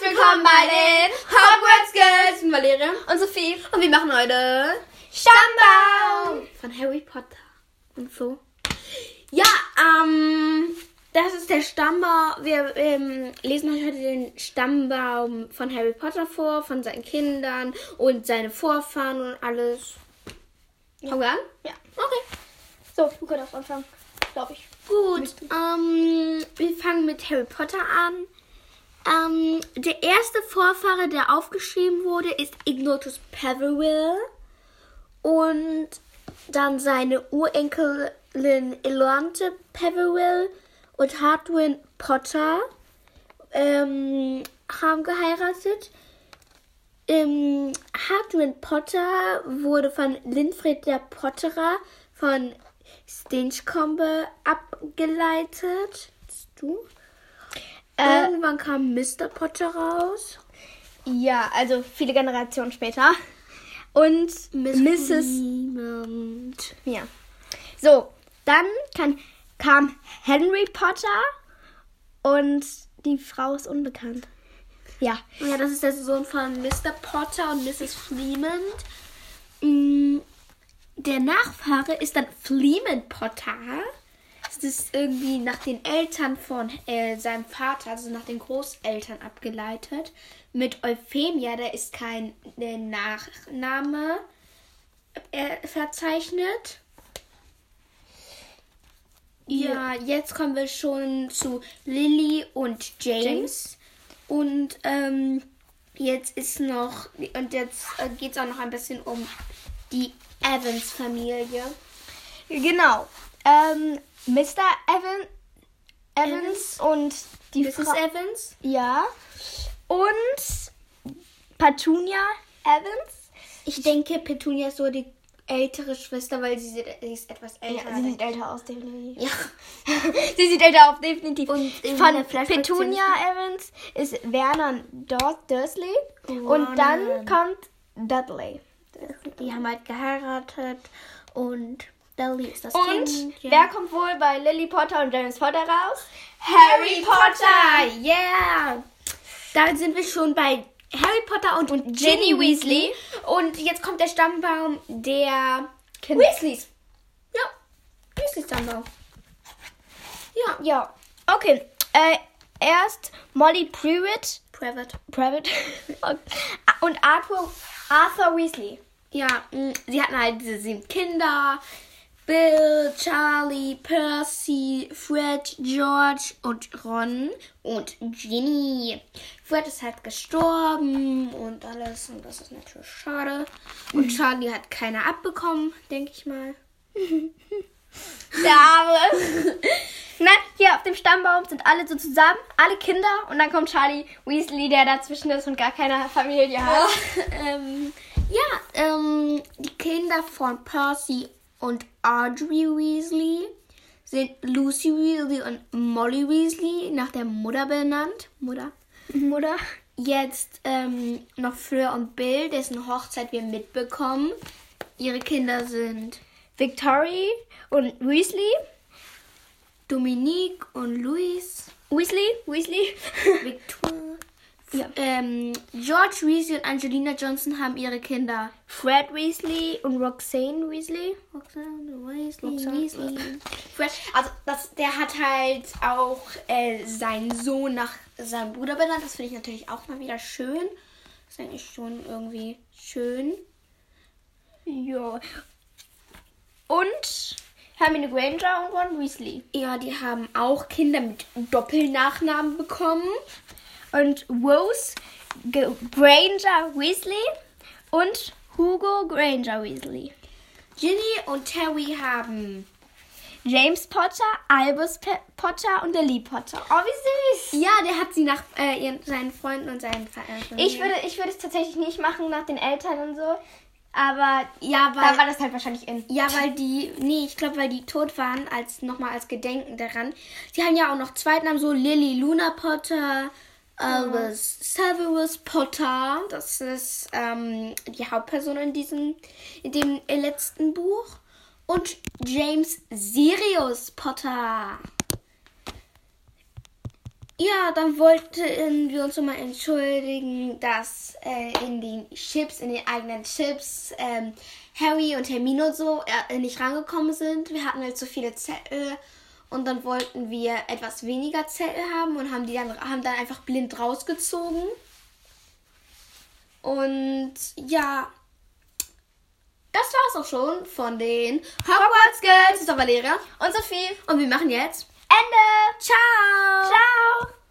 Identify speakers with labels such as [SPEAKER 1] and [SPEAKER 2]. [SPEAKER 1] willkommen bei den Hogwarts Girls. Ich bin Valeria
[SPEAKER 2] Und Sophie.
[SPEAKER 1] und wir machen heute Stammbaum von Harry Potter und so. Ja, ähm, das ist der Stammbaum. Wir ähm, lesen euch heute den Stammbaum von Harry Potter vor, von seinen Kindern und seine Vorfahren und alles. Fangen wir an?
[SPEAKER 2] Ja.
[SPEAKER 1] Okay.
[SPEAKER 2] So, wir können auch anfangen, glaube ich.
[SPEAKER 1] Gut, ähm, wir fangen mit Harry Potter an. Ähm, der erste Vorfahre, der aufgeschrieben wurde, ist Ignotus Peveril. Und dann seine Urenkelin Elante Peveril und Hardwin Potter ähm, haben geheiratet. Ähm, Hardwin Potter wurde von Linfred der Potterer von Stinchcombe abgeleitet. Bist Du?
[SPEAKER 2] Äh.
[SPEAKER 1] Irgendwann kam Mr. Potter raus.
[SPEAKER 2] Ja, also viele Generationen später. Und Mrs.
[SPEAKER 1] Niemand.
[SPEAKER 2] Ja. So, dann kann, kam Henry Potter und die Frau ist unbekannt. Ja.
[SPEAKER 1] Ja, das ist der Sohn von Mr. Potter und Mrs. Fleemond. Mm, Der Nachfahre ist dann Fleemond Potter. Das ist irgendwie nach den Eltern von äh, seinem Vater, also nach den Großeltern abgeleitet. Mit Euphemia, der ist kein äh, Nachname äh, verzeichnet. Ja, jetzt kommen wir schon zu Lily und James.
[SPEAKER 2] James.
[SPEAKER 1] Und ähm, jetzt ist noch, und jetzt äh, geht es auch noch ein bisschen um die Evans-Familie.
[SPEAKER 2] Genau. Ähm, Mr. Evan, Evans und die
[SPEAKER 1] Mrs.
[SPEAKER 2] Frau.
[SPEAKER 1] Evans?
[SPEAKER 2] Ja. Und Petunia Evans.
[SPEAKER 1] Ich denke, Petunia ist so die ältere Schwester, weil sie, sieht- sie ist etwas älter.
[SPEAKER 2] Ja, sie sieht älter aus, definitiv.
[SPEAKER 1] ja.
[SPEAKER 2] sie sieht älter aus, definitiv.
[SPEAKER 1] Und in
[SPEAKER 2] Von
[SPEAKER 1] der Flashback
[SPEAKER 2] Petunia Evans ist Werner Dor- Dursley.
[SPEAKER 1] Wow.
[SPEAKER 2] Und dann kommt Dudley.
[SPEAKER 1] Die haben halt geheiratet und Dudley ist das
[SPEAKER 2] Und
[SPEAKER 1] Kind. ja.
[SPEAKER 2] wer kommt wohl bei Lily Potter und James Potter raus?
[SPEAKER 1] Harry Potter! Yeah! Da sind wir schon bei Harry Potter und, und Ginny
[SPEAKER 2] Ginny
[SPEAKER 1] Weasley. Und jetzt kommt der Stammbaum der
[SPEAKER 2] Kind-
[SPEAKER 1] Weasleys. Ja, Weasleys Stammbaum. Ja,
[SPEAKER 2] Ja. Okay. Äh, erst Molly Pruitt.
[SPEAKER 1] Private.
[SPEAKER 2] Private. und Arthur, Arthur Weasley.
[SPEAKER 1] Ja, mh, sie hatten halt diese sieben Kinder. Bill, Charlie, Percy, Fred, George und Ron und Ginny. Fred ist halt gestorben und alles und das ist natürlich schade. Und Charlie hat keiner abbekommen, denke ich mal.
[SPEAKER 2] Der Arme. Nein, hier auf dem Stammbaum sind alle so zusammen, alle Kinder und dann kommt Charlie Weasley, der dazwischen ist und gar keine Familie hat.
[SPEAKER 1] ähm, ja, ähm, die Kinder von Percy und Audrey Weasley sind Lucy Weasley und Molly Weasley nach der Mutter benannt. Mutter.
[SPEAKER 2] Mutter.
[SPEAKER 1] Jetzt ähm, noch Fleur und Bill, dessen Hochzeit wir mitbekommen. Ihre Kinder sind
[SPEAKER 2] Victoria und Weasley.
[SPEAKER 1] Dominique und Louis,
[SPEAKER 2] Weasley, Weasley.
[SPEAKER 1] Victor.
[SPEAKER 2] Ja.
[SPEAKER 1] Ähm, George Weasley und Angelina Johnson haben ihre Kinder.
[SPEAKER 2] Fred Weasley und Roxane Weasley.
[SPEAKER 1] Roxanne Weasley.
[SPEAKER 2] Roxanne.
[SPEAKER 1] Weasley. Fresh. Also das, der hat halt auch äh, seinen Sohn nach seinem Bruder benannt. Das finde ich natürlich auch mal wieder schön. Das ist eigentlich schon irgendwie schön.
[SPEAKER 2] Ja. Und Hermine Granger und Ron Weasley.
[SPEAKER 1] Ja, die haben auch Kinder mit Doppelnachnamen bekommen.
[SPEAKER 2] Und Rose G Granger Weasley und Hugo Granger Weasley.
[SPEAKER 1] Ginny und Terry haben.
[SPEAKER 2] James Potter, Albus Pe Potter und Lily Potter. Oh, wie süß!
[SPEAKER 1] Ja, der hat sie nach äh, ihren, seinen Freunden und seinen äh, Verehrern.
[SPEAKER 2] Ich würde, ich würde es tatsächlich nicht machen nach den Eltern und so. Aber
[SPEAKER 1] Ja,
[SPEAKER 2] da war
[SPEAKER 1] weil.
[SPEAKER 2] das halt wahrscheinlich in.
[SPEAKER 1] Ja, weil die. Nee, ich glaube, weil die tot waren, als nochmal als Gedenken daran. Sie haben ja auch noch Zweitnamen, so Lily Luna Potter, Albus Severus Potter. Das ist ähm, die Hauptperson in diesem, in dem letzten Buch. Und James Sirius Potter. Ja, dann wollten wir uns nochmal entschuldigen, dass äh, in den Chips, in den eigenen Chips, ähm, Harry und Hermine und so äh, nicht rangekommen sind. Wir hatten halt so viele Zettel und dann wollten wir etwas weniger Zettel haben und haben die dann, haben dann einfach blind rausgezogen. Und ja, das war's auch schon von den Hogwarts Girls. Das ist aber Lehrer.
[SPEAKER 2] Und Sophie,
[SPEAKER 1] Und wir machen jetzt
[SPEAKER 2] Ende.
[SPEAKER 1] Ciao!
[SPEAKER 2] Ciao.